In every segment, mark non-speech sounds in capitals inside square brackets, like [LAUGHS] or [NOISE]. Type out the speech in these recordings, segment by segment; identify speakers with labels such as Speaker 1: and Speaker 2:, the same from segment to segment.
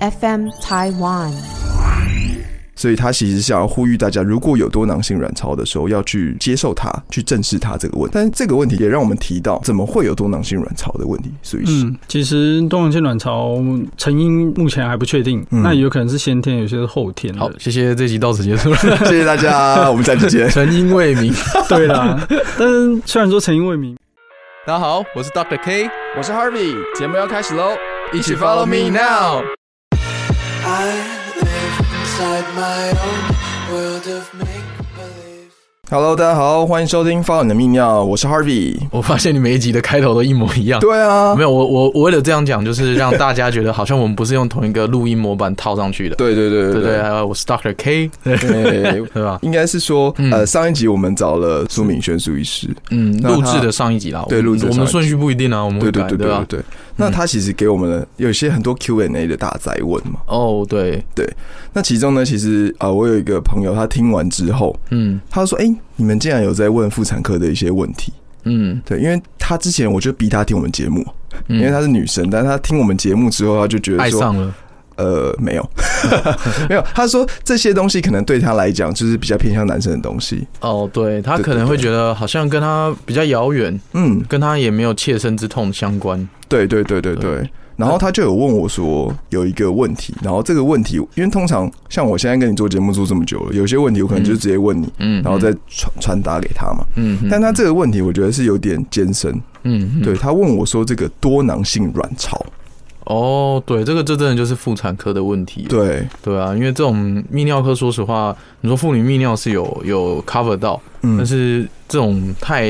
Speaker 1: FM Taiwan。
Speaker 2: 所以他其实想要呼吁大家，如果有多囊性卵巢的时候，要去接受它，去正视它这个问题。但是这个问题也让我们提到，怎么会有多囊性卵巢的问题？所以是，
Speaker 3: 嗯，其实多囊性卵巢成因目前还不确定，
Speaker 2: 嗯
Speaker 3: 那有可能是先天，有些是后天
Speaker 4: 好
Speaker 3: 的，。
Speaker 4: 谢谢，这集到此结
Speaker 2: [LAUGHS]
Speaker 4: 束了。
Speaker 2: 谢谢大家，我们下期
Speaker 4: [LAUGHS]
Speaker 2: 见。
Speaker 4: 成因未明。
Speaker 3: [LAUGHS] 对啦，但是虽然说成因未明，
Speaker 4: 大家好，我是 Doctor K，
Speaker 2: 我是 Harvey，
Speaker 4: 节目要开始喽，一
Speaker 2: 起 follow me now。
Speaker 5: I live inside my own world of make believe.
Speaker 2: Hello，大家好，欢迎收听《发你的泌尿》，我是 Harvey。
Speaker 4: 我发现你每一集的开头都一模一样。
Speaker 2: 对啊，
Speaker 4: 没有，我我我为了这样讲，就是让大家觉得好像我们不是用同一个录音模板套上去的。
Speaker 2: 对对 [LAUGHS] 对
Speaker 4: 对对，还有我是 Doctor K，
Speaker 2: 对对，
Speaker 4: 对吧？
Speaker 2: 应该是说，
Speaker 4: 嗯
Speaker 2: 呃，上一集我们找了苏敏轩苏医师，
Speaker 4: 嗯，
Speaker 2: 那他
Speaker 4: 录制的上一集啦，
Speaker 2: 对
Speaker 4: 我们
Speaker 2: 录制的上
Speaker 4: 我
Speaker 2: 一集
Speaker 4: 们的顺序不一定啊，嗯我们
Speaker 2: 对
Speaker 4: 会
Speaker 2: 对
Speaker 4: 改
Speaker 2: 对对对
Speaker 4: 吧？
Speaker 2: 对。那他其实给我们了有一些很多 Q&A 的大灾问嘛。
Speaker 4: 哦，对，
Speaker 2: 那其中呢，其实啊、呃我有一个朋友，他听完之后，
Speaker 4: 嗯
Speaker 2: 他说：“哎、你们竟然有在问妇产科的一些问题。
Speaker 4: 嗯”，
Speaker 2: 对，因为他之前我就逼他听我们节目，
Speaker 4: 因
Speaker 2: 因为她是女生，但她听我们节目之后，她就觉得
Speaker 4: 嗯爱
Speaker 2: 说，
Speaker 4: 上了，
Speaker 2: 呃，没
Speaker 4: [LAUGHS]
Speaker 2: 有， [LAUGHS] 没有。她说这些东西可能对她来讲就是比较偏向男生的东西。
Speaker 4: 哦，对他
Speaker 2: 对对
Speaker 4: 可能会
Speaker 2: 对
Speaker 4: 觉得好像跟他比较遥远，
Speaker 2: 嗯，
Speaker 4: 跟他也没有切身之痛相关。
Speaker 2: 对对对对
Speaker 4: 对
Speaker 2: 对。然后他就有问我说有一个问题，然后这个问题，因为通常像我现在跟你做节目做这么久了，有些问题我可能就直接问你，
Speaker 4: 嗯，
Speaker 2: 然后再传传达给他嘛。
Speaker 4: 嗯，嗯
Speaker 2: 但他这个问题我觉得是有点艰深，
Speaker 4: 嗯，嗯
Speaker 2: 对他问我说这个多囊性卵巢，
Speaker 4: 哦，对，这个这真的就是妇产科的问题。
Speaker 2: 对，
Speaker 4: 对啊，因为这种泌尿科，说实话，你说妇女泌尿是有有 cover 到，
Speaker 2: 嗯
Speaker 4: 但，是这种太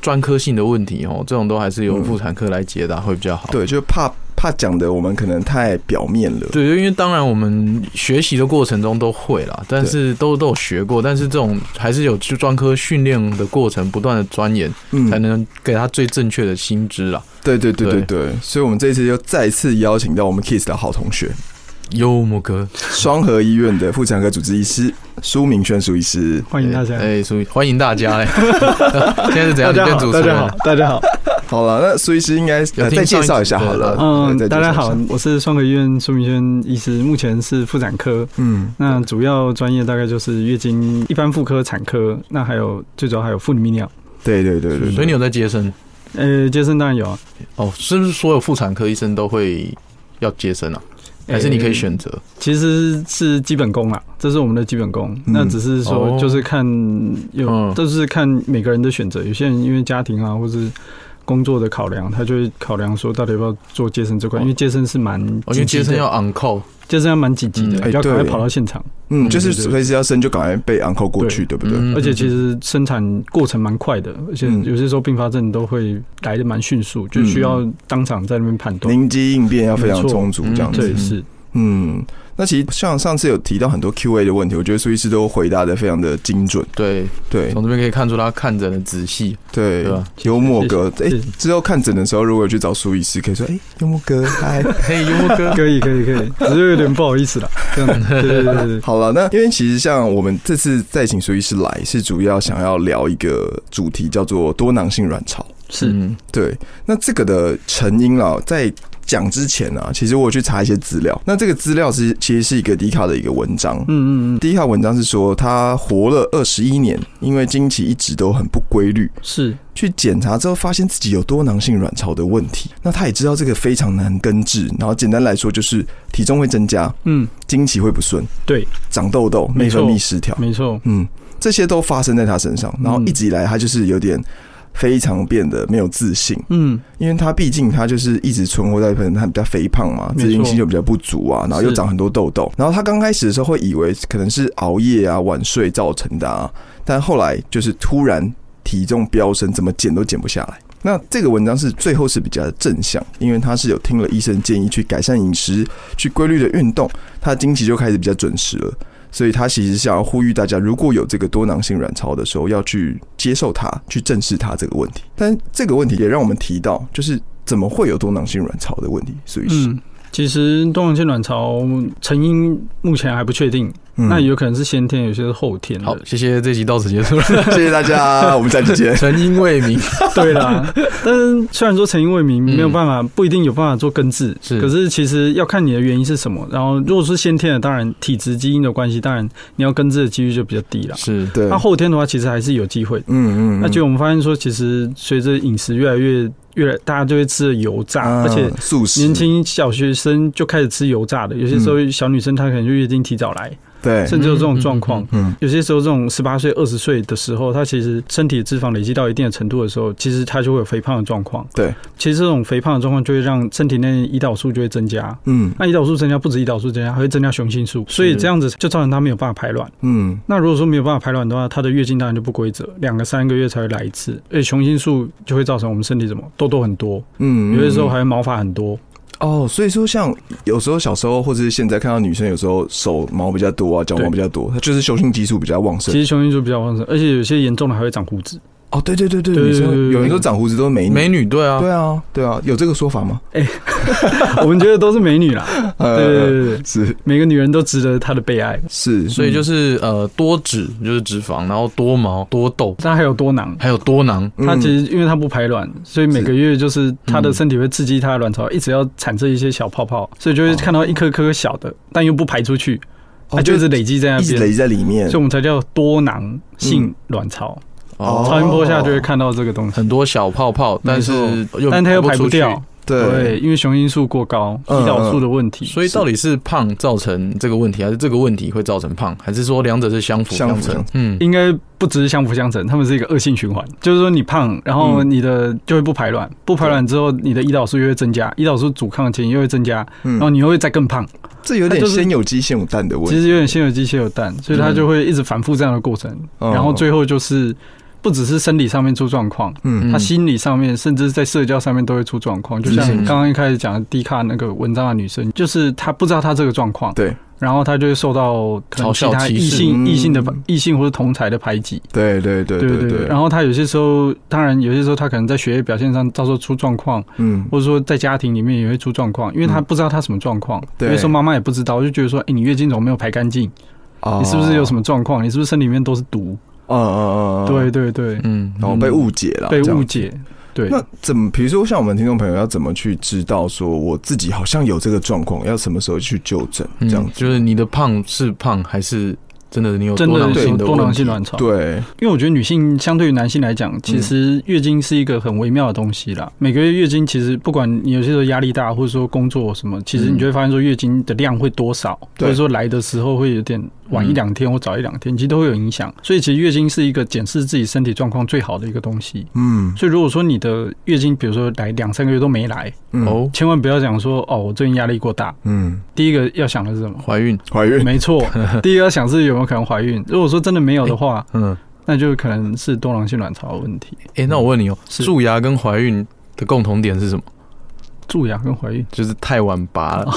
Speaker 4: 专科性的问题哦，这种都还是由
Speaker 2: 嗯
Speaker 4: 妇产科来解答会比较好。
Speaker 2: 对，就怕怕讲的我们可能太表面了，
Speaker 4: 对，因为当然我们学习的过程中都会啦，但是都都有学过，但是这种还是有去专科训练的过程，不断的钻研，
Speaker 2: 嗯
Speaker 4: 才能给他最正确的薪知啦。
Speaker 2: 对对对对
Speaker 4: 对
Speaker 2: 对，所以我们这次又再次邀请到我们 Kiss 的好同
Speaker 4: [LAUGHS]
Speaker 2: 学，
Speaker 4: 幽默哥，
Speaker 2: 双河医院的妇产科主治医师苏明轩苏医师。
Speaker 3: 欢迎大家。
Speaker 4: 哎，所以欢迎大家嘞！ [LAUGHS] 现在是怎
Speaker 3: 大
Speaker 4: 样？你
Speaker 3: 家
Speaker 4: 变
Speaker 3: 好，
Speaker 4: 啊主持
Speaker 3: 大
Speaker 4: 人
Speaker 3: 家好
Speaker 4: 了？，
Speaker 3: 大家好。
Speaker 2: 好了，那苏医师应该、呃
Speaker 4: 有听
Speaker 2: 再介
Speaker 4: 上一
Speaker 2: 绍
Speaker 4: 集
Speaker 2: 一下好了。
Speaker 3: 嗯
Speaker 2: 对，
Speaker 3: 大家好，，
Speaker 2: 再介绍一下
Speaker 3: 我是双河医院苏明轩医师，目前是妇产科。
Speaker 2: 嗯，
Speaker 3: 那主要专业大概就是月经、一般妇科、产科，那还有最主要还有妇女泌尿。
Speaker 2: 对对对对
Speaker 4: 所以
Speaker 2: 对，
Speaker 4: 你有在接生
Speaker 3: 呃，接生当然有啊，
Speaker 4: 哦？是不是所有妇产科医生都会要接生啊？
Speaker 3: 呃
Speaker 4: 还是你可以选择？
Speaker 3: 其实是基本功啦，啊这是我们的基本功。
Speaker 2: 嗯
Speaker 3: 那只是
Speaker 4: 哦
Speaker 3: 说，就是看有，
Speaker 4: 嗯
Speaker 3: 都是看每个人的选择。有些人因为家庭啊，或是工作的考量，他就会考量说，到底要不要做接生这块，
Speaker 4: 哦
Speaker 3: 因为接生是蛮
Speaker 4: 哦，因为
Speaker 3: 紧急
Speaker 4: 接生
Speaker 3: 的
Speaker 4: 要 on call，
Speaker 3: 接生要蛮紧急
Speaker 4: 嗯
Speaker 3: 的，
Speaker 2: 哎
Speaker 3: 要赶快
Speaker 2: 对
Speaker 3: 跑到现场，
Speaker 2: 嗯，
Speaker 4: 嗯
Speaker 2: 就是
Speaker 3: 对对
Speaker 2: 随时要生就赶快被 uncle 过去，对不对？
Speaker 4: 嗯
Speaker 3: 而且其实生产过程蛮快的，而且
Speaker 2: 嗯
Speaker 3: 有些时候并发症都会来的蛮迅速，就需要当场在那边判断。
Speaker 2: 灵机应变要非常充足，
Speaker 4: 没错
Speaker 2: 这样子。
Speaker 3: 对，是
Speaker 2: 嗯，那其实像上次有提到很多 Q&A 的问题，我觉得苏医师都回答的非常的精准。
Speaker 4: 对，
Speaker 2: 对
Speaker 4: 从这边可以看出他看诊的仔
Speaker 3: [LAUGHS]
Speaker 4: 细，
Speaker 2: 对
Speaker 4: 对吧？
Speaker 2: 幽默哥，哎
Speaker 3: 啊谢谢谢，
Speaker 2: 之后看诊的时候，如果有去找苏医师，可以说，哎，幽默
Speaker 3: [LAUGHS]
Speaker 2: 哥，嗨。
Speaker 4: 嘿，幽默 [LAUGHS] 哥，
Speaker 3: 可以，可以，可以，只是有点不好意思啦。这样，对对对对，
Speaker 2: 好了，那因为其实像我们这次再请苏医师来，是主要想要聊一个主题，叫做多囊性卵巢。
Speaker 3: 是
Speaker 4: 嗯
Speaker 2: 对，那这个的成因啊，在讲之前啊，其实我有去查一些资料。那这个资料是其实是一个迪卡的一个文章。
Speaker 3: 嗯嗯嗯，
Speaker 2: 第一条文章是说，她活了二十一年，因为经期一直都很不规律，
Speaker 3: 是
Speaker 2: 去检查之后发现自己有多囊性卵巢的问题。那她也知道这个非常难根治，然后简单来说就是体重会增加，
Speaker 3: 嗯。
Speaker 2: 经期会不顺，
Speaker 3: 对，
Speaker 2: 长痘痘、内
Speaker 3: 没错
Speaker 2: 分泌失调，
Speaker 3: 没错，
Speaker 2: 嗯，这些都发生在她身上。然后一直以来，她就是有点非常变得没有自信。
Speaker 3: 嗯，
Speaker 2: 因为她毕竟她就是一直存活在可能她比较肥胖嘛，
Speaker 3: 没错
Speaker 2: 自信心就比较不足啊，然后又
Speaker 3: 是
Speaker 2: 长很多痘痘。然后她刚开始的时候会以为可能是熬夜啊、晚睡造成的啊，但后来就是突然体重飙升，怎么减都减不下来。那这个文章是最后是比较正向，因为她是有听了医生建议去改善饮食、去规律的运动，她的经期就开始比较准时了。所以她其实想要呼吁大家，如果有这个多囊性卵巢的时候，要去接受它，去正视它这个问题。但这个问题也让我们提到，就是怎么会有多囊性卵巢
Speaker 3: 嗯
Speaker 2: 的问题？所以是，
Speaker 3: 嗯，其实多囊性卵巢成因目前还不确定，
Speaker 2: 嗯
Speaker 3: 那有可能是先天，有些是后天
Speaker 4: 好
Speaker 3: [LAUGHS] 的，。
Speaker 4: 嗯谢谢，这集到此结束了。
Speaker 2: [LAUGHS]
Speaker 3: [LAUGHS]
Speaker 2: 谢谢大家，我们下期见。
Speaker 4: 曾因为民，
Speaker 3: 对啦， [LAUGHS] 但是虽然说成因为名没有办法，不一定有办法做根治，
Speaker 4: 是
Speaker 3: 可是其实要看你的原因是什么。然后如果是先天的，当然体质基因的关系，当然你要根治的几率就比较低啦。
Speaker 4: [LAUGHS] 是
Speaker 2: 对，
Speaker 3: 那后天的话，其实还是有机会的。
Speaker 2: 嗯嗯，
Speaker 3: 那就我们发现说，其实随着饮食越来越越来，大家就会吃的油炸，
Speaker 2: 啊
Speaker 3: 而且
Speaker 2: 素食
Speaker 3: 年轻小学生就开始吃油炸的，有些时候小女生她可能就月经提早来，
Speaker 2: 嗯对，
Speaker 3: 甚至有这种状况。
Speaker 2: 嗯
Speaker 3: 有些时候，这种十八岁、二十岁的时候，她其实身体的脂肪累积到一定的程度的时候，其实她就会有肥胖的状况。
Speaker 2: 对，
Speaker 3: 其实这种肥胖的状况就会让身体内胰岛素就会增加。
Speaker 2: 嗯
Speaker 3: 那胰岛素增加不止胰岛素增加，还会增加雄性素，所以这样子就造成她没有办法排卵。
Speaker 2: 嗯
Speaker 3: 那如果说没有办法排卵的话，她的月经当然就不规则，两个三个月才会来一次。而且雄性素就会造成我们身体什么痘痘很多，
Speaker 2: 嗯，
Speaker 3: 有些时候还会毛发很多。
Speaker 2: 哦，所以说像有时候小时候或者是现在看到女生有时候手毛比较多啊，脚毛
Speaker 3: 对
Speaker 2: 比较多，她就是雄性激素比较旺盛
Speaker 3: 其。实雄性素比较旺盛，而且有些严重的还会长胡子。 [LAUGHS]
Speaker 2: 哦，对对对对，
Speaker 3: 对
Speaker 2: 女
Speaker 3: 对对
Speaker 2: 生
Speaker 3: 对
Speaker 2: 有人说长胡子都是美女，
Speaker 4: 美女对啊，
Speaker 2: 对啊对啊，有这个说法吗？
Speaker 3: 我们觉得都是
Speaker 2: [LAUGHS]
Speaker 3: 美女啦，
Speaker 2: 呃
Speaker 3: 对对对对，
Speaker 2: 是
Speaker 3: 每个女人都值得她的被爱。
Speaker 2: 是，嗯
Speaker 4: 所以就是呃多脂就是脂肪，然后多毛多痘，
Speaker 3: 但还有多囊，
Speaker 4: 还有多囊。
Speaker 2: 嗯
Speaker 3: 她其实因为她不排卵，所以每个月就是她的
Speaker 4: 嗯
Speaker 3: 身体会刺激她的卵巢一直要产生一些小泡泡，所以就会看到一颗颗小的，但又不排出去，
Speaker 2: 哦
Speaker 3: 它就一直累积在那
Speaker 2: 一直
Speaker 3: 边，
Speaker 2: 累
Speaker 3: 所
Speaker 2: 积在里面
Speaker 3: 以我们才叫多囊性卵巢。
Speaker 2: 哦
Speaker 3: 超音波下就会看到这个东西，
Speaker 4: 很多小泡泡，但是又
Speaker 3: 但它又排
Speaker 4: 不
Speaker 3: 不
Speaker 4: 出去。
Speaker 3: 掉，
Speaker 2: 对。
Speaker 3: 对，因为雄性素过高，
Speaker 2: 嗯
Speaker 3: 胰岛素的问题，
Speaker 4: 所以到底是胖造成这个问题，还是这个问题会造成胖，还是说两者是相辅
Speaker 2: 相辅
Speaker 4: 相成
Speaker 2: 相？
Speaker 4: 嗯，
Speaker 3: 应该不只是相辅相成，它们是一个恶性循环。就是说你胖，然后
Speaker 2: 嗯
Speaker 3: 你的就会不排卵，不排卵之后，你的胰岛素又会增加，胰岛素阻抗前又会增加，
Speaker 2: 嗯
Speaker 3: 然后你又会再更胖。
Speaker 2: 这有
Speaker 3: 它
Speaker 2: 点
Speaker 3: 就是
Speaker 2: 先有鸡先有蛋的问
Speaker 3: 其
Speaker 2: 题，
Speaker 3: 实有点先有鸡先有蛋，所以它就会一直反复这样的过程，
Speaker 2: 嗯
Speaker 3: 然后最后就是。不只是生理上面出状况，
Speaker 2: 嗯
Speaker 4: 嗯
Speaker 3: 他心理上面，甚至在社交上面都会出状况。就像
Speaker 4: 嗯
Speaker 3: 刚刚一开始讲的低卡那个文章的女生，就是她不知道她这个状况，
Speaker 2: 对
Speaker 3: 然后她就会受到可能
Speaker 4: 嘲
Speaker 3: 其
Speaker 4: 笑
Speaker 3: 他
Speaker 4: 歧
Speaker 3: 异
Speaker 4: 视
Speaker 3: 性、异性的
Speaker 2: 嗯
Speaker 3: 异性或者同才的排挤，
Speaker 2: 对对对
Speaker 3: 对
Speaker 2: 对，
Speaker 3: 然后他有些时候，当然有些时候他可能在学业表现上到时候出状况，
Speaker 2: 嗯
Speaker 3: 或者说在家庭里面也会出状况，因为他
Speaker 2: 嗯
Speaker 3: 不知道他什么状况，
Speaker 2: 对
Speaker 3: 有些时候妈妈也不知道，就觉得说，哎，你月经怎么没有排干净？
Speaker 2: 哦
Speaker 3: 你是不是有什么状况？你是不是身体里面都是毒？
Speaker 2: 嗯嗯嗯嗯
Speaker 3: 对，对对，
Speaker 4: 嗯，
Speaker 2: 然后被误解了，
Speaker 3: 被
Speaker 2: 这样
Speaker 3: 误解，对。
Speaker 2: 那怎么，比如说像我们听众朋友要怎么去知道说我自己好像有这个状况，要什么时候去就诊这
Speaker 4: 嗯
Speaker 2: 样子？
Speaker 4: 就是你的胖是胖，还是真的你有
Speaker 3: 真
Speaker 4: 多
Speaker 3: 的
Speaker 4: 囊
Speaker 3: 有
Speaker 4: 性的
Speaker 3: 多囊
Speaker 4: 问
Speaker 3: 性
Speaker 4: 题？
Speaker 3: 卵巢，
Speaker 2: 对，
Speaker 3: 因为我觉得女性相对于男性来讲，其实月经是一个很微妙的东西啦。每个月月经其实不管你有些时候压力大，或者说工作什么，其实你就会发现说月经的量会多少，
Speaker 2: 对
Speaker 3: 或者说来的时候会有点晚一两天或早一两天，其实都会有影响。所以其实月经是一个检视自己身体状况最好的一个东西。
Speaker 2: 嗯，
Speaker 3: 所以如果说你的月经，比如说来两三个月都没来，
Speaker 2: 嗯，
Speaker 4: 哦，
Speaker 3: 千万不要讲说哦，我最近压力过大。
Speaker 2: 嗯，
Speaker 3: 第一个要想的是什么？
Speaker 4: 怀孕，
Speaker 2: 怀孕，
Speaker 3: 没错，第一个要想是有没有可能怀孕。如果说真的没有的话，
Speaker 4: 嗯，
Speaker 3: 那就可能是多囊性卵巢的问题。
Speaker 4: 诶，那我问你哦，
Speaker 3: 是
Speaker 4: 蛀牙跟怀孕的共同点是什么？
Speaker 3: 蛀牙
Speaker 2: [LAUGHS]
Speaker 3: 跟怀孕，
Speaker 4: 就是太晚拔
Speaker 3: [LAUGHS]
Speaker 4: 了，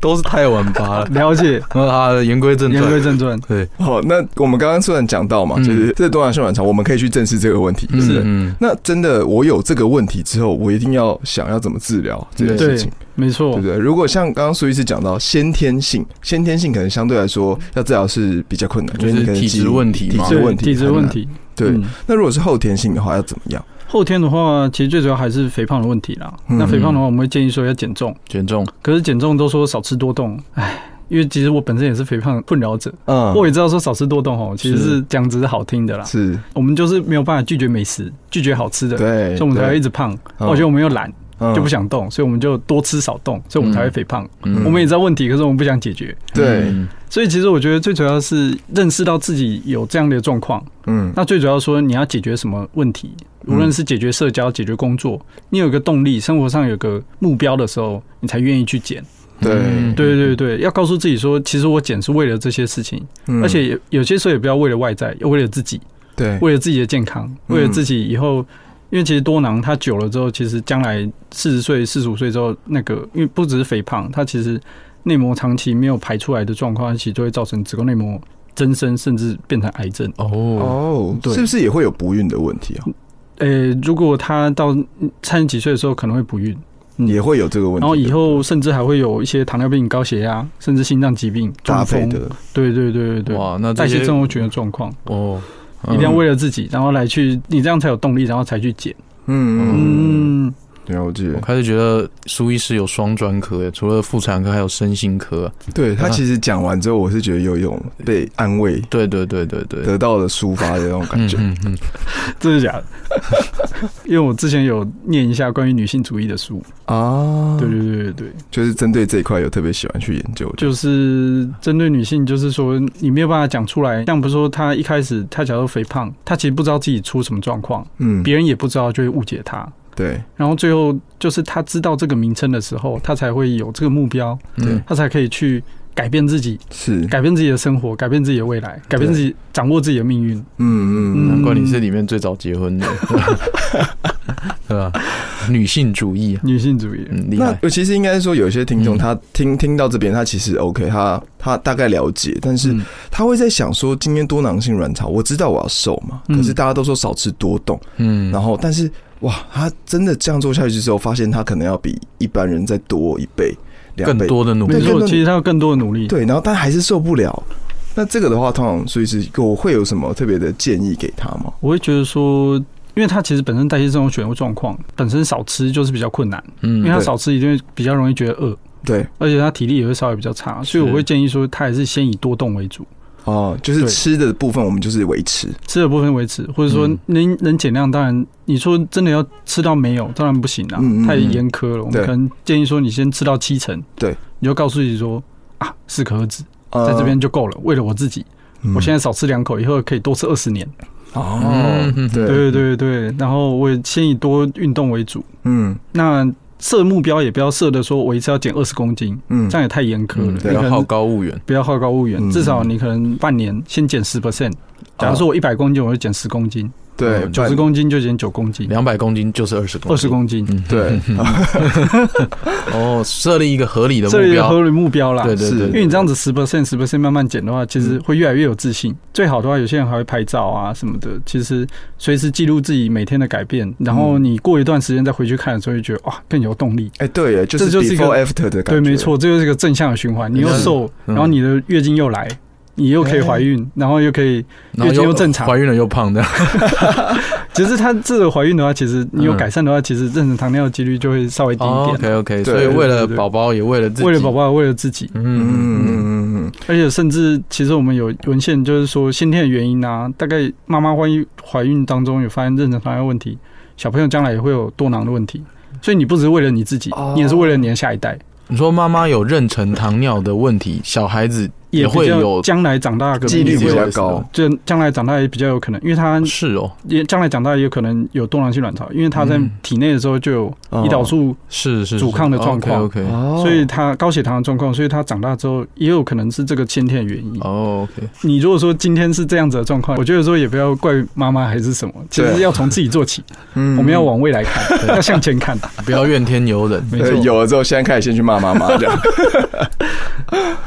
Speaker 4: 都是太晚
Speaker 3: [LAUGHS]
Speaker 4: 拔了。
Speaker 3: 了解。
Speaker 4: 那啊，言归正
Speaker 3: 言归
Speaker 4: 传，
Speaker 3: 正传，
Speaker 4: 对，
Speaker 2: 好，那我们刚刚虽然讲到嘛，
Speaker 4: 嗯
Speaker 2: 就是这多囊性卵巢，我们可以去正视这个问题，对不对？
Speaker 4: 嗯，
Speaker 2: 那真的，我有这个问题之后，我一定要想要怎么治疗这件事
Speaker 3: 对
Speaker 2: 情，，
Speaker 3: 没
Speaker 2: 对
Speaker 3: 错
Speaker 2: 不，对？如果像刚刚苏医师讲到先天性，先天性可能相对来说要治疗是比较困难，
Speaker 4: 就
Speaker 2: 因为
Speaker 4: 是
Speaker 2: 你可能
Speaker 4: 体
Speaker 2: 基
Speaker 4: 质
Speaker 2: 因
Speaker 4: 问题
Speaker 2: 体
Speaker 4: 嘛
Speaker 2: 质
Speaker 3: 对
Speaker 2: 问题，
Speaker 3: 体质问。题。
Speaker 2: 对，
Speaker 3: 嗯
Speaker 2: 那如果是后天性的话，要怎么样？
Speaker 3: 后天的话，其实最主要还是肥胖的问题啦。
Speaker 2: 嗯
Speaker 3: 那肥胖的话，我们会建议说要减重，
Speaker 4: 减重，
Speaker 3: 可是减重都说少吃多动，唉。因为其实我本身也是肥胖困扰者，
Speaker 2: 嗯
Speaker 3: 我也知道说少吃多动哦，其实是讲只是好听的啦。
Speaker 2: 是
Speaker 3: 我们就是没有办法拒绝美食，拒绝好吃的，所
Speaker 2: 对，
Speaker 3: 以我们才会一直胖。而且我们又懒，
Speaker 2: 嗯
Speaker 3: 就不想动，所以我们就多吃少动，所以我们才会肥胖。
Speaker 4: 嗯
Speaker 3: 我们也知道问题，可是我们不想解决。
Speaker 2: 对，
Speaker 4: 嗯
Speaker 3: 所以其实我觉得最主要是认识到自己有这样的状况。
Speaker 2: 嗯
Speaker 3: 那最主要说你要解决什么问题，
Speaker 2: 嗯
Speaker 3: 无论是解决社交、解决工作，你有一个动力，生活上有个目标的时候，你才愿意去减。
Speaker 2: 对
Speaker 4: 嗯
Speaker 3: 对对对，要告诉自己说，其实我减是为了这些事情，
Speaker 2: 嗯
Speaker 3: 而且也有些时候也不要为了外在，也为了自己，
Speaker 2: 对，
Speaker 3: 为了自己的健康，
Speaker 2: 嗯
Speaker 3: 为了自己以后。因为其实多囊它久了之后，其实将来四十岁、四十五岁之后，那个因为不只是肥胖，它其实内膜长期没有排出来的状况，它其实就会造成子宫内膜增生，甚至变成癌症。
Speaker 4: 哦，
Speaker 2: 哦，
Speaker 3: 对
Speaker 2: 是不是也会有不孕的问题啊？
Speaker 3: 呃，如果她到三十几岁的时候可能会不孕，嗯
Speaker 2: 也会有这个问题的。
Speaker 3: 然后以后甚至还会有一些糖尿病、高血压，甚至心脏疾病
Speaker 2: 搭
Speaker 3: 中
Speaker 2: 配
Speaker 3: 风
Speaker 2: 的，
Speaker 3: 对对对对对，
Speaker 4: 哇，那这
Speaker 3: 代谢
Speaker 4: 些
Speaker 3: 症候群的状况，
Speaker 4: 哦，
Speaker 2: 嗯
Speaker 3: 一定要为了自己，然后来去，你这样才有动力，然后才去减。
Speaker 2: 嗯嗯，
Speaker 3: 嗯，
Speaker 2: 了解
Speaker 4: 我。开始觉得苏医师有双专科，除了妇产科还有身心科。
Speaker 2: 对他其实讲完之后，我是觉得有一种被安慰、
Speaker 4: 对对对对对，
Speaker 2: 得到了抒发的那种感
Speaker 4: 嗯
Speaker 2: 觉。
Speaker 4: 嗯嗯，
Speaker 3: 真的假 [LAUGHS] 的？因为我之前有念一下关于女性主义的书，
Speaker 2: 啊，
Speaker 3: 对，对对对对，
Speaker 2: 就是针对这一块有特别喜欢去研究的。
Speaker 3: 就是针对女性，就是说你没有办法讲出来，像比如说她一开始她假如肥胖，她其实不知道自己出什么状况，
Speaker 2: 嗯，
Speaker 3: 别人也不知道，就会误解她。
Speaker 2: 对
Speaker 3: 然后最后就是她知道这个名称的时候，她才会有这个目标，
Speaker 4: 对，
Speaker 3: 她才可以去改变自己，
Speaker 2: 是，
Speaker 3: 改变自己的生活，改变自己的未来，改变自己，掌握自己的命运。
Speaker 2: 嗯嗯
Speaker 4: 难怪你是里面最早结婚的， [LAUGHS] 对吧？女性主义，
Speaker 3: 女性主义，
Speaker 4: 嗯，厉
Speaker 2: 那
Speaker 4: 害。
Speaker 2: 我其实应该说，有些听众
Speaker 4: 嗯
Speaker 2: 他听听到这边，他其实 OK，他他大概了解，但是
Speaker 3: 嗯
Speaker 2: 他会在想说，今天多囊性卵巢，我知道我要瘦嘛，
Speaker 3: 嗯
Speaker 2: 可是大家都说少吃多动，
Speaker 4: 嗯，
Speaker 2: 然
Speaker 4: 后
Speaker 2: 后但是哇，他真的这样做下去之后，发现他可能要比一般人再多一倍、两
Speaker 4: 更
Speaker 2: 倍，
Speaker 4: 多的努
Speaker 3: 没
Speaker 4: 力
Speaker 2: 对，更多
Speaker 3: 错，
Speaker 2: 的
Speaker 3: 其实她有更多的努力。
Speaker 2: 对，然后但还是受不了。那这个的话，通常所以是我会有什么特别的建议给他吗？
Speaker 3: 我会觉得说，因为它其实本身代谢症候群的状况，本身少吃就是比较困难，因为
Speaker 4: 嗯
Speaker 3: 它
Speaker 2: 对
Speaker 3: 少吃一定会比较容易觉得饿，
Speaker 2: 对，
Speaker 3: 而且它体力也会稍微比较差，所以我会建议说，它还是先以多动为主，
Speaker 2: 哦，就是
Speaker 3: 对
Speaker 2: 吃的部分，我们就是维持，
Speaker 3: 吃的部分维持，或者说
Speaker 4: 嗯
Speaker 3: 能能减量，当然你说真的要吃到没有，当然不行啦
Speaker 2: 嗯嗯嗯，
Speaker 3: 太严苛了。我
Speaker 2: 对
Speaker 3: 们可能建议说，你先吃到七成，
Speaker 2: 对，
Speaker 3: 你就告诉自己说。啊，适可而止，
Speaker 2: 呃
Speaker 3: 在这边，就够了。为了我自己，
Speaker 2: 嗯
Speaker 3: 我现在少吃两口，以后可以多吃二十年。
Speaker 2: 哦
Speaker 4: 嗯，
Speaker 2: 对
Speaker 3: 对对对，然后我也先以多运动为主，
Speaker 2: 嗯
Speaker 3: 那设目标也不要设的说，我一次要减二十公斤，
Speaker 2: 嗯
Speaker 3: 这样也太严苛了。
Speaker 4: 嗯
Speaker 3: 你
Speaker 4: 不
Speaker 3: 可
Speaker 4: 要好
Speaker 3: 能
Speaker 4: 高骛远，
Speaker 3: 不要好高骛
Speaker 2: 嗯
Speaker 3: 远，至少你可能半年先减十 percent。假如说我一百公斤，我就减十公斤；
Speaker 2: 对
Speaker 4: 嗯
Speaker 3: 哦九十公斤就减九公斤，
Speaker 4: 两百公斤就是二十公斤，
Speaker 3: 二十公斤，[LAUGHS]
Speaker 4: 嗯，
Speaker 2: 对，
Speaker 4: 哦，设立一个合理的
Speaker 3: 这
Speaker 4: 目
Speaker 3: 里有
Speaker 4: 标，
Speaker 3: 合理目标啦。
Speaker 4: 对对
Speaker 2: 是
Speaker 4: 对，嗯
Speaker 3: 因为你这样子十 percent 十 percent 慢慢减的话，其实会越来越有自信。最好的话，有些人还会拍照啊什么的。其实随时记录自己每天的改变，然后
Speaker 4: 嗯
Speaker 3: 你过一段时间再回去看的时候，就觉得哇更有动力。
Speaker 2: 哎，对耶，就
Speaker 3: 这
Speaker 2: 是
Speaker 3: 就是一个
Speaker 2: before after 的感
Speaker 3: 对，
Speaker 2: 觉，
Speaker 3: 没，错，这就是一个正向的循环。你又
Speaker 4: 嗯
Speaker 3: 瘦，
Speaker 4: 嗯
Speaker 3: 然后你的月经又来，你又可以怀孕，然后又可以，
Speaker 4: 然后
Speaker 3: 月经又正常
Speaker 4: 怀孕了又胖的，
Speaker 3: 其实它这个怀孕的话，其实你有
Speaker 4: 嗯哦
Speaker 3: 改善的话，其实妊娠糖尿的几率就会稍微低一
Speaker 4: OK
Speaker 3: 点。
Speaker 2: 对
Speaker 4: OK，所以为了
Speaker 3: 对对对
Speaker 4: 宝宝也为了自己，
Speaker 3: 为了宝，宝，为了自己，
Speaker 2: 嗯嗯
Speaker 4: 嗯嗯
Speaker 2: 嗯嗯
Speaker 3: 而且甚至其实我们有文献就是说先天的原因啊，大概妈妈万一怀孕当中有发现妊娠糖尿问题，小朋友将来也会有多囊的问题。所以你不只是为了你自己
Speaker 2: 哦，
Speaker 3: 你也是为了你的下一代，
Speaker 4: 你说妈妈有妊娠糖尿的问题，小孩子也
Speaker 3: 比
Speaker 4: 会
Speaker 3: 较
Speaker 4: 有
Speaker 3: 将来长大的
Speaker 2: 嗯，几率比
Speaker 3: 机会
Speaker 2: 较高，
Speaker 3: 就将来长大也比较有可能，因为他
Speaker 4: 是哦，
Speaker 3: 也将来长大也有可能有多囊性卵巢，因为他在
Speaker 4: 嗯
Speaker 3: 体内的时候就有胰岛素，
Speaker 4: 是是
Speaker 3: 阻抗的状况
Speaker 4: OK
Speaker 2: 哦
Speaker 3: 所以他高血糖的状况，所以他长大之后也有可能是这个先天的原因。
Speaker 4: 哦 OK，
Speaker 3: 你如果说今天是这样子的状况，我觉得说也不要怪妈妈还是什么，其
Speaker 2: 对啊
Speaker 3: 实要从自己做起，
Speaker 2: 嗯
Speaker 3: 我们要往未来看，要向前看， [LAUGHS]
Speaker 4: [LAUGHS] 不要怨天尤人。
Speaker 3: 没
Speaker 2: 呃
Speaker 3: 错。
Speaker 2: 有了之后，现在开始先去骂妈妈这样，
Speaker 3: [LAUGHS]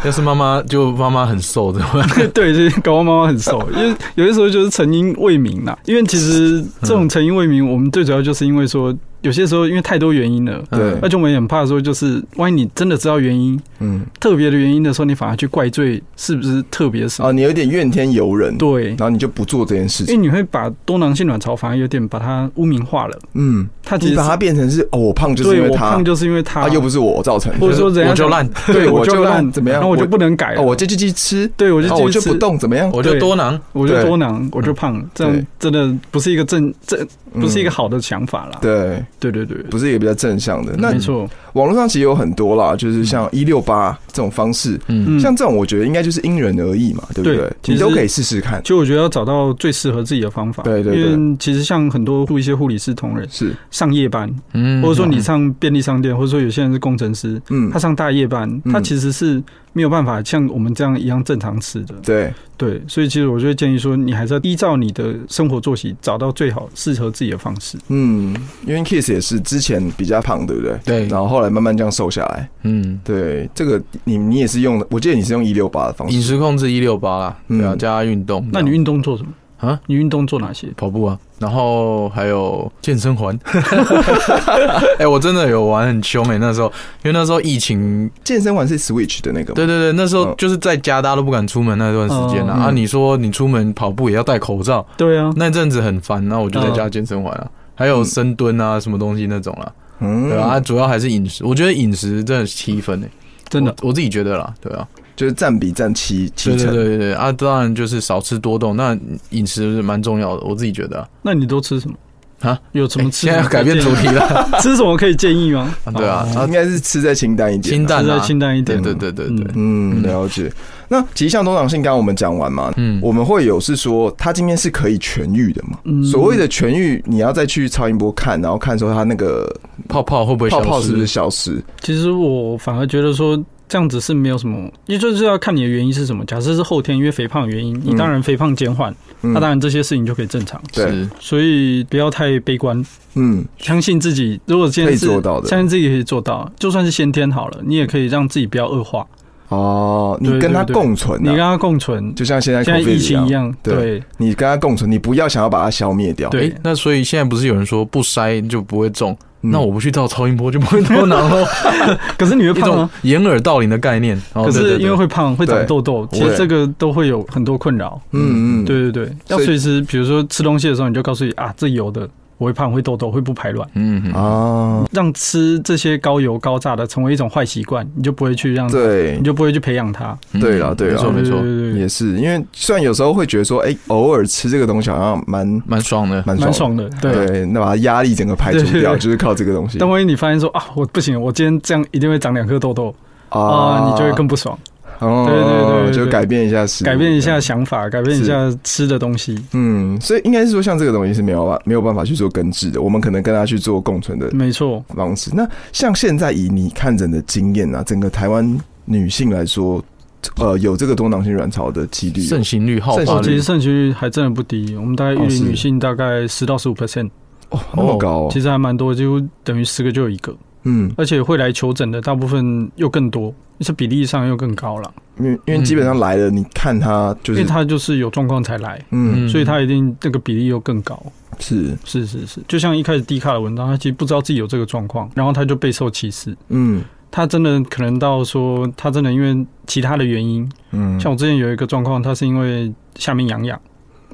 Speaker 4: 要是妈妈就妈妈很
Speaker 3: [LAUGHS]
Speaker 4: 瘦的话，
Speaker 3: 对，就是搞到妈妈很瘦，因为有些时候就是成因未明啦。因为其实这种成因未明，我们最主要就是因为说，有些时候因为太多原因了，
Speaker 2: 对
Speaker 3: 而且我们也很怕说，就是万一你真的知道原因，
Speaker 2: 嗯，
Speaker 3: 特别的原因的时候，你反而去怪罪是不是特别什么？
Speaker 2: 哦，你有点怨天尤人，
Speaker 3: 对
Speaker 2: 然，后你就不做这件事
Speaker 3: 因为
Speaker 2: 情，
Speaker 3: 你会把多囊性卵巢反而有点把它污名化了。
Speaker 2: 嗯，
Speaker 3: 它其
Speaker 2: 你
Speaker 3: 实
Speaker 2: 把它变成是哦，我胖就是因
Speaker 3: 对
Speaker 2: 为
Speaker 3: 我
Speaker 2: 他
Speaker 3: 胖，就是因为它
Speaker 2: 他，又不是我造成的，
Speaker 3: 或者说人家
Speaker 4: 我就烂，
Speaker 3: 对
Speaker 2: 我
Speaker 3: 我
Speaker 2: 就
Speaker 3: 就
Speaker 2: 烂
Speaker 3: 烂
Speaker 2: 怎么样
Speaker 3: 然后我就
Speaker 2: 我
Speaker 3: 不能改
Speaker 2: 哦，，我就去吃，
Speaker 3: 对我就
Speaker 2: 哦，我
Speaker 3: 继续
Speaker 2: 就不
Speaker 3: 吃，
Speaker 2: 动，怎么样？
Speaker 4: 我就多囊。
Speaker 3: 我就
Speaker 2: 对嗯
Speaker 3: 多囊，我就胖，这
Speaker 2: 对
Speaker 3: 样真的不是一个正正
Speaker 2: 嗯
Speaker 3: 不是一个，好的嗯想法啦。
Speaker 2: 对，
Speaker 3: 对对对，
Speaker 2: 不是一个比较正向的。那
Speaker 3: 没错，
Speaker 2: 网络上其实有很多啦，就是像一六八这种方式，
Speaker 4: 嗯
Speaker 3: 嗯，
Speaker 2: 像这种我觉得应该就是因人而异嘛，对不
Speaker 3: 对
Speaker 2: 对？
Speaker 3: 其
Speaker 2: 你都
Speaker 3: 实
Speaker 2: 可以试试看，
Speaker 3: 就我觉得要找到最适合自己的方法。
Speaker 2: 对对对
Speaker 3: 因为其实像很多护一些护理师同仁
Speaker 2: 是，
Speaker 3: 上夜班，
Speaker 4: 嗯
Speaker 3: 或者说你上便利商店，或者说有些人是工程师，
Speaker 2: 嗯
Speaker 3: 他，上大夜班，
Speaker 2: 嗯
Speaker 3: 他其实是没有办法像我们这样一样正常吃的。
Speaker 2: 对，
Speaker 3: 对，所以其实我就会建议说，你还是要依照你的生活作息，找到最好适合自己的方式。
Speaker 2: 嗯，因为 Kiss 也是之前比较胖，对不对？
Speaker 4: 对
Speaker 2: 然后后来慢慢这样瘦下来，
Speaker 4: 嗯，
Speaker 2: 对，这个你你也是用，我记得你是用一六八的方
Speaker 4: 饮
Speaker 2: 式，
Speaker 4: 食控制一六八啦，
Speaker 2: 嗯
Speaker 4: 对啊，加运动。
Speaker 3: 那你运动做什么？
Speaker 4: 啊？
Speaker 3: 你运动做哪些？
Speaker 4: 跑步啊，然后还有健身环。 [LAUGHS] 哎、我真的有玩很凶哎、那时候因为那时候疫情，
Speaker 2: 健身环是 Switch 的那个吗？
Speaker 4: 对对对，那时候
Speaker 2: 嗯
Speaker 4: 就是在家大家都不敢出门那段时间啊。
Speaker 3: 哦嗯
Speaker 4: 啊，你说你出门跑步也要戴口罩，
Speaker 3: 对啊，
Speaker 4: 那阵子很烦，那我就在家健身环啊。还有深蹲啊，什么东西那种啦，
Speaker 2: 嗯，
Speaker 4: 对啊，啊主要还是饮食，我觉得饮食真的是七分诶、欸
Speaker 3: 真的
Speaker 4: 我，我自己觉得啦，对啊，
Speaker 2: 就是占比占七七
Speaker 4: 对对
Speaker 2: 成。
Speaker 4: 对对对啊，当然就是少吃多动，那饮食是蛮重要的，我自己觉得啊。
Speaker 3: 那你都吃什么？
Speaker 4: 啊，
Speaker 3: 有什
Speaker 4: 欸
Speaker 3: 么吃
Speaker 4: 现
Speaker 3: 什么可
Speaker 4: 在要改
Speaker 3: 以建
Speaker 4: 变
Speaker 3: 议？
Speaker 4: 主题
Speaker 2: [LAUGHS]
Speaker 4: 了，
Speaker 3: [LAUGHS] 吃什么可以建议吗？
Speaker 4: 对啊，啊
Speaker 2: 应该是吃再清淡一点
Speaker 4: 清
Speaker 2: 啊。
Speaker 4: 淡
Speaker 3: 吃
Speaker 4: 啊
Speaker 3: 的，清淡一点。
Speaker 4: 对对对对对，
Speaker 2: 嗯，
Speaker 4: 嗯
Speaker 2: 了解。那其实像多囊性，刚刚我们讲完嘛，
Speaker 4: 嗯，
Speaker 2: 我们会有是说他今天是可以痊愈的嘛？
Speaker 3: 嗯
Speaker 2: 所谓的痊愈，你要再去超音波看，然后看说他那个
Speaker 4: 泡泡会不会
Speaker 2: 泡
Speaker 4: 消
Speaker 2: 泡是不是
Speaker 4: 失？
Speaker 2: 消失？
Speaker 3: 其实我反而觉得说这样子是没有什么，也就是要看你的原因是什么。假设是后天因为肥胖的原因，你
Speaker 2: 嗯
Speaker 3: 当然肥胖减缓，
Speaker 2: 嗯
Speaker 3: 那当然这些事情就可以正常。
Speaker 2: 对，
Speaker 4: 是
Speaker 3: 所以不要太悲观，
Speaker 2: 嗯，
Speaker 3: 相信自己。如果今天是
Speaker 2: 可以做到的
Speaker 3: 相信自己可以做到，就算是先天好了，你也可以让自己不要恶化，
Speaker 2: 哦，你
Speaker 3: 对
Speaker 2: 跟他
Speaker 3: 对对
Speaker 2: 共存
Speaker 3: 你跟
Speaker 2: 啊，
Speaker 3: 它共存。
Speaker 2: 就像现在
Speaker 3: 现在
Speaker 2: COVID
Speaker 3: 疫情一样，
Speaker 2: 对
Speaker 3: 对
Speaker 2: 你跟他共存，你不要想要把它消灭掉。
Speaker 3: 对
Speaker 4: 诶，那所以现在不是有人说不筛就不会中，
Speaker 2: 嗯
Speaker 4: 那我不去照超音波就不会多
Speaker 2: [LAUGHS]
Speaker 4: 囊喽，
Speaker 3: 可是你会
Speaker 4: 一
Speaker 3: 胖
Speaker 4: 种
Speaker 3: 吗？
Speaker 4: 掩耳盗铃的概念。哦
Speaker 3: 可
Speaker 4: 对
Speaker 3: 是
Speaker 4: 对对
Speaker 3: 因为会胖，会长痘痘，
Speaker 2: 对
Speaker 3: 其实这个都会有很多困扰。
Speaker 2: 嗯嗯，
Speaker 3: 对对对，要
Speaker 2: 所以
Speaker 3: 随时，比如说吃东西的时候，你就告诉你啊，这油的我会胖，会痘痘，会不排卵，
Speaker 4: 嗯啊，
Speaker 2: 啊，
Speaker 3: 让吃这些高油高炸的成为一种坏习惯，你就不会去让，
Speaker 2: 对
Speaker 3: 你，就不会去培养它。
Speaker 4: 嗯
Speaker 2: 对啦对啦
Speaker 4: 没错没错，
Speaker 3: 对对对对
Speaker 2: 也是，因为虽然有时候会觉得说，哎，偶尔吃这个东西好像蛮
Speaker 4: 蛮爽的。
Speaker 2: 蛮爽
Speaker 3: 蛮爽的，对。
Speaker 2: 的，对，那把它压力整个排除
Speaker 3: 对对
Speaker 2: 掉，
Speaker 3: 对
Speaker 2: 就是靠这个东西
Speaker 3: 但万一你发现说啊，我不行，我今天这样一定会长两颗痘痘啊，你就会更不爽。
Speaker 2: 哦，
Speaker 3: 对对对对
Speaker 2: 就改变一下思路，
Speaker 3: 改变一
Speaker 2: 这
Speaker 3: 下
Speaker 2: 样，
Speaker 3: 想法，改变一下吃的东西，
Speaker 2: 嗯，所以应该是说，像这个东西是没有办没有办法去做根治的，我们可能跟它去做共存的
Speaker 3: 没错。
Speaker 2: 方式。那像现在以你看诊的经验啊，整个台湾女性来说，呃，有这个多囊性卵巢的几率有，
Speaker 4: 盛行率、好
Speaker 2: 盛
Speaker 4: 发
Speaker 2: 行
Speaker 3: 其
Speaker 4: 率
Speaker 3: 实，肾虚还真的不低，我们大概
Speaker 2: 哦
Speaker 3: 育
Speaker 2: 是
Speaker 3: 龄女性大概十到十五 percent，
Speaker 2: 哦，那么高、哦，
Speaker 3: 其实还蛮多，几乎等于十个就有一个。
Speaker 2: 嗯，
Speaker 3: 而且会来求诊的大部分又更多，是比例上又更高了，
Speaker 2: 因为因为基本上来了，你看她就
Speaker 3: 嗯
Speaker 2: 是
Speaker 3: 因为，他就是有状况才来，
Speaker 2: 嗯，
Speaker 4: 嗯
Speaker 3: 所以他一定这个比例又更高。
Speaker 2: 是，
Speaker 3: 是是是，就像一开始低卡的文章，他其实不知道自己有这个状况，然后他就备受歧视。
Speaker 2: 嗯
Speaker 3: 他真的可能到说，他真的因为其他的原因，
Speaker 2: 嗯，
Speaker 3: 像我之前有一个状况，他是因为下面痒痒，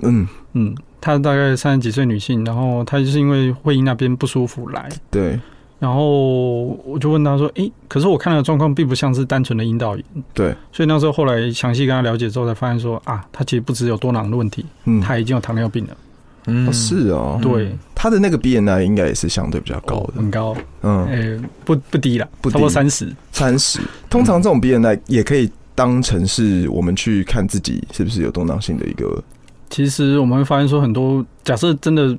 Speaker 2: 嗯，
Speaker 3: 嗯，她大概三十几岁女性，然后她就是因为会阴那边不舒服来，
Speaker 2: 对
Speaker 3: 然后我就问他说：“诶，可是我看到的状况并不像是单纯的阴道炎。”
Speaker 2: 对，
Speaker 3: 所以那时候后来详细跟他了解之后，才发现说啊，他其实不只有多囊的问题，
Speaker 2: 嗯，
Speaker 3: 他已经有糖尿病了。
Speaker 4: 嗯
Speaker 2: 哦是哦，
Speaker 3: 对，
Speaker 2: 她的那个 BNI 应该也是相对比较高的，
Speaker 3: 很高，
Speaker 2: 嗯，
Speaker 3: 诶，不不低了，
Speaker 2: 不低
Speaker 3: 差不多三十。
Speaker 2: 三
Speaker 3: 嗯
Speaker 2: 十，通常这种 BNI 也可以当成是我们去看自己是不是有动荡性的一个，
Speaker 3: 其实我们会发现说，很多假设真的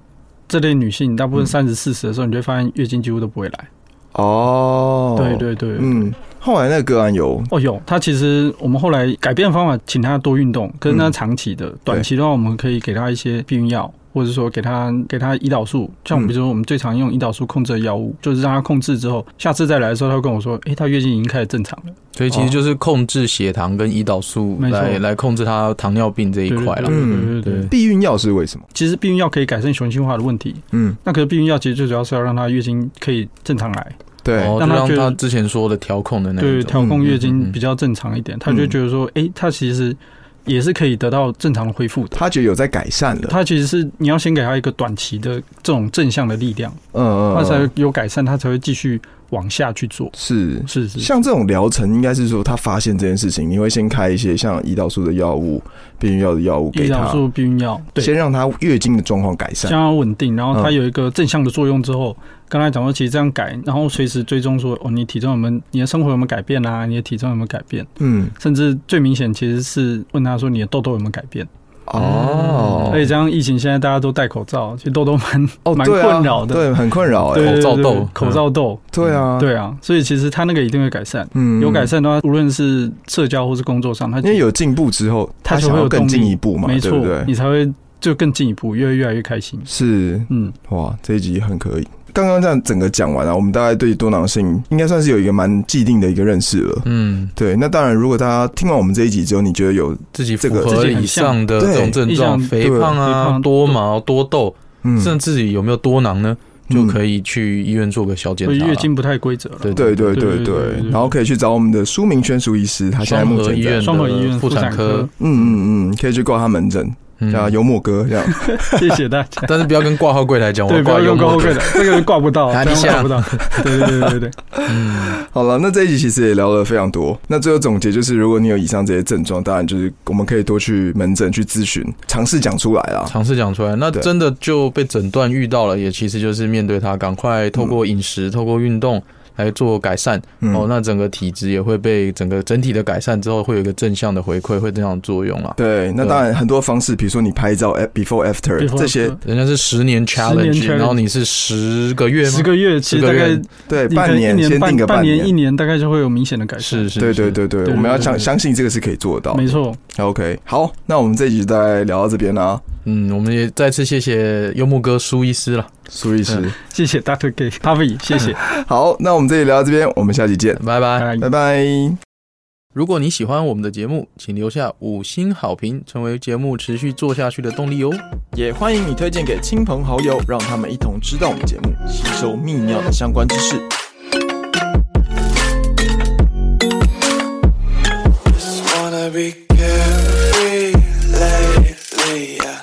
Speaker 3: 这类女性，大部分
Speaker 2: 嗯
Speaker 3: 三十四十的时候，你就会发现月经几乎都不会来。
Speaker 2: 哦，
Speaker 3: 对，对对，
Speaker 2: 嗯，后来那个个案有，
Speaker 3: 哦有，她其实我们后来改变方法，请她多运动，跟她
Speaker 2: 嗯
Speaker 3: 长期的，短期的话，我们可以给她一些避孕药。或者说给她给她胰岛素，像我
Speaker 2: 嗯
Speaker 3: 们比如说我们最常用胰岛素控制的药物，就是让她控制之后，下次再来的时候，她会跟我说，诶、她月经已经开始正常了。
Speaker 4: 所以其实就是控制血糖跟胰岛素
Speaker 3: 哦没错
Speaker 4: 来来控制它糖尿病这一块啦
Speaker 3: 对。对
Speaker 2: 嗯
Speaker 3: 对对对
Speaker 4: 对
Speaker 2: 避孕药是为什么？
Speaker 3: 其实避孕药可以改善雄性化的问题，
Speaker 2: 嗯，
Speaker 3: 那可是避孕药其实最主要是要让她月经可以正常来，
Speaker 2: 对，
Speaker 4: 哦，就
Speaker 3: 让他
Speaker 4: 让
Speaker 3: 觉
Speaker 4: 他
Speaker 3: 得
Speaker 4: 之前说的调控的那
Speaker 3: 对
Speaker 4: 一
Speaker 3: 调
Speaker 4: 种，
Speaker 3: 控月
Speaker 4: 嗯嗯
Speaker 3: 经比较正常一点，她就会觉得说，诶，她其实也是可以得到正常的恢复的。
Speaker 2: 他觉得有在改善了，
Speaker 3: 她其实是你要先给她一个短期的这种正向的力量，
Speaker 2: 嗯嗯，
Speaker 4: 呃
Speaker 3: 她才
Speaker 2: 嗯
Speaker 3: 有改善，她才会继续往下去做。
Speaker 2: 是。
Speaker 3: 是是，
Speaker 2: 像这种疗程，应该是说他发现这件事情，你会先开一些像胰岛素的药物、避孕药的药物给
Speaker 3: 胰
Speaker 2: 他
Speaker 3: 岛，素避孕药，对，
Speaker 2: 先让他月经的状况改善。
Speaker 3: 先让它稳定，然后它
Speaker 2: 嗯
Speaker 3: 有一个正向的作用之后，刚才讲到其实这样改，然后随时追踪说哦，你体重有没有，你的生活有没有改变啊，你的体重有没有改变，
Speaker 2: 嗯，
Speaker 3: 甚至最明显其实是问他说你的痘痘有没有改变，
Speaker 2: 哦
Speaker 4: 嗯
Speaker 3: 而，且加上疫情现在大家都戴口罩，其实痘痘蛮
Speaker 2: 哦，
Speaker 3: 哎蛮
Speaker 2: 对啊
Speaker 3: 困扰的
Speaker 2: 对，很困扰，哎，
Speaker 3: 对对
Speaker 4: 罩
Speaker 3: 对
Speaker 4: 痘
Speaker 3: 对
Speaker 4: 嗯
Speaker 3: 口罩痘，
Speaker 2: 对啊，
Speaker 3: 对啊，所以其实他那个一定会改善，
Speaker 2: 嗯
Speaker 3: 有改，善的话，无论是社交或是工作上，他
Speaker 2: 因为有进步之后，
Speaker 3: 他
Speaker 2: 他
Speaker 3: 就
Speaker 2: 想
Speaker 3: 会
Speaker 2: 要
Speaker 3: 有
Speaker 2: 更
Speaker 3: 动
Speaker 2: 进
Speaker 3: 力
Speaker 2: 一步嘛，
Speaker 3: 没
Speaker 2: 对
Speaker 3: 错
Speaker 2: 不，对？
Speaker 3: 你才会就更进一步，越越来越开心。
Speaker 2: 是
Speaker 3: 嗯，
Speaker 2: 哇，这一集很可以。刚刚这样整个讲完啊，我们大概对多囊性应该算是有一个蛮既定的一个认识了。
Speaker 4: 嗯，
Speaker 2: 对，那当然，如果大家听完我们这一集之后，你觉得有
Speaker 4: 自己符
Speaker 2: 这个
Speaker 4: 合以上的这种症
Speaker 3: 对
Speaker 4: 状，
Speaker 3: 以上
Speaker 4: 肥胖
Speaker 3: 对肥
Speaker 4: 啊、
Speaker 3: 胖
Speaker 4: 多毛、多痘，
Speaker 2: 嗯，
Speaker 4: 甚至有没有多囊呢，
Speaker 2: 嗯
Speaker 4: 就可以去医院做个小检
Speaker 3: 所以
Speaker 4: 查啦。
Speaker 3: 月经不太规则了。
Speaker 4: 对
Speaker 2: 对对
Speaker 3: 对
Speaker 2: 对
Speaker 3: 对对
Speaker 2: 对，
Speaker 3: 对
Speaker 2: 然后可以去找我们的苏明轩苏医师，他现在
Speaker 4: 双
Speaker 2: 目
Speaker 4: 河医
Speaker 2: 前在
Speaker 4: 院
Speaker 3: 双河医
Speaker 4: 的
Speaker 3: 院
Speaker 4: 妇产科，，
Speaker 2: 嗯嗯嗯，可以去挂他门诊，
Speaker 4: 嗯
Speaker 2: 叫幽默哥这样。
Speaker 3: [LAUGHS] 谢谢大
Speaker 4: [LAUGHS]
Speaker 3: 家。
Speaker 4: 但是不要跟挂号柜来讲，我
Speaker 3: 对，不要用
Speaker 4: 幽
Speaker 3: 高
Speaker 4: 默
Speaker 3: 后柜
Speaker 4: 的
Speaker 3: 的，这个挂不到，
Speaker 4: 哪里
Speaker 3: 这个挂
Speaker 4: 像
Speaker 3: 不到。对对对对对，
Speaker 4: 嗯
Speaker 2: 好了，那这一集其实也聊了非常多。那最后总结就是，如果你有以上这些症状，当然就是我们可以多去门诊去咨询，尝试讲出来啦。
Speaker 4: 尝试讲出来，那
Speaker 2: 对
Speaker 4: 真的就被诊断遇到了，也其实就是面对它，赶快透过饮食、透过运动来做改善。
Speaker 2: 嗯，
Speaker 4: 哦，那整个体质也会被整个整体的改善之后，会有一个正向的回馈，会这样作用啊。
Speaker 2: 对，那
Speaker 4: 对
Speaker 2: 当然很多方式，比如说你拍照哎 before after
Speaker 3: Before
Speaker 2: 这些
Speaker 3: after，
Speaker 4: 人家是十年 challenge，
Speaker 3: challenge
Speaker 4: 然后你是十个月吗？
Speaker 3: 十个月其实大概
Speaker 4: 十个月
Speaker 2: 对
Speaker 3: 你可
Speaker 2: 半
Speaker 3: 能
Speaker 2: 年
Speaker 3: 一
Speaker 2: 先
Speaker 3: 半
Speaker 2: 定个
Speaker 3: 半
Speaker 2: 年，
Speaker 3: 一年，大概就会有明显的改善。
Speaker 4: 是是，
Speaker 2: 对对
Speaker 4: 是，
Speaker 2: 对对，
Speaker 3: 对
Speaker 2: 我们要相
Speaker 3: 对对
Speaker 2: 相信这个是可以做到的。
Speaker 3: 没错，
Speaker 2: OK，好，那我们这一集大概聊到这边啦，
Speaker 4: 嗯，我们也再次谢谢幽默哥苏医师了，
Speaker 2: 苏医师。
Speaker 3: 谢谢 Doctor Gay Harvey，谢谢，
Speaker 2: [LAUGHS]
Speaker 3: 哎
Speaker 2: 好，那我们这里聊到这边，我们下期见，
Speaker 4: 拜拜。
Speaker 3: 拜
Speaker 2: 拜拜。
Speaker 4: 如果你喜欢我们的节目，请留下五星好评，成为节目持续做下去的动力哦。
Speaker 2: 也欢迎你推荐给亲朋好友，让他们一同知道我们节目，吸收泌尿的相关知识。
Speaker 5: Just wanna be careful.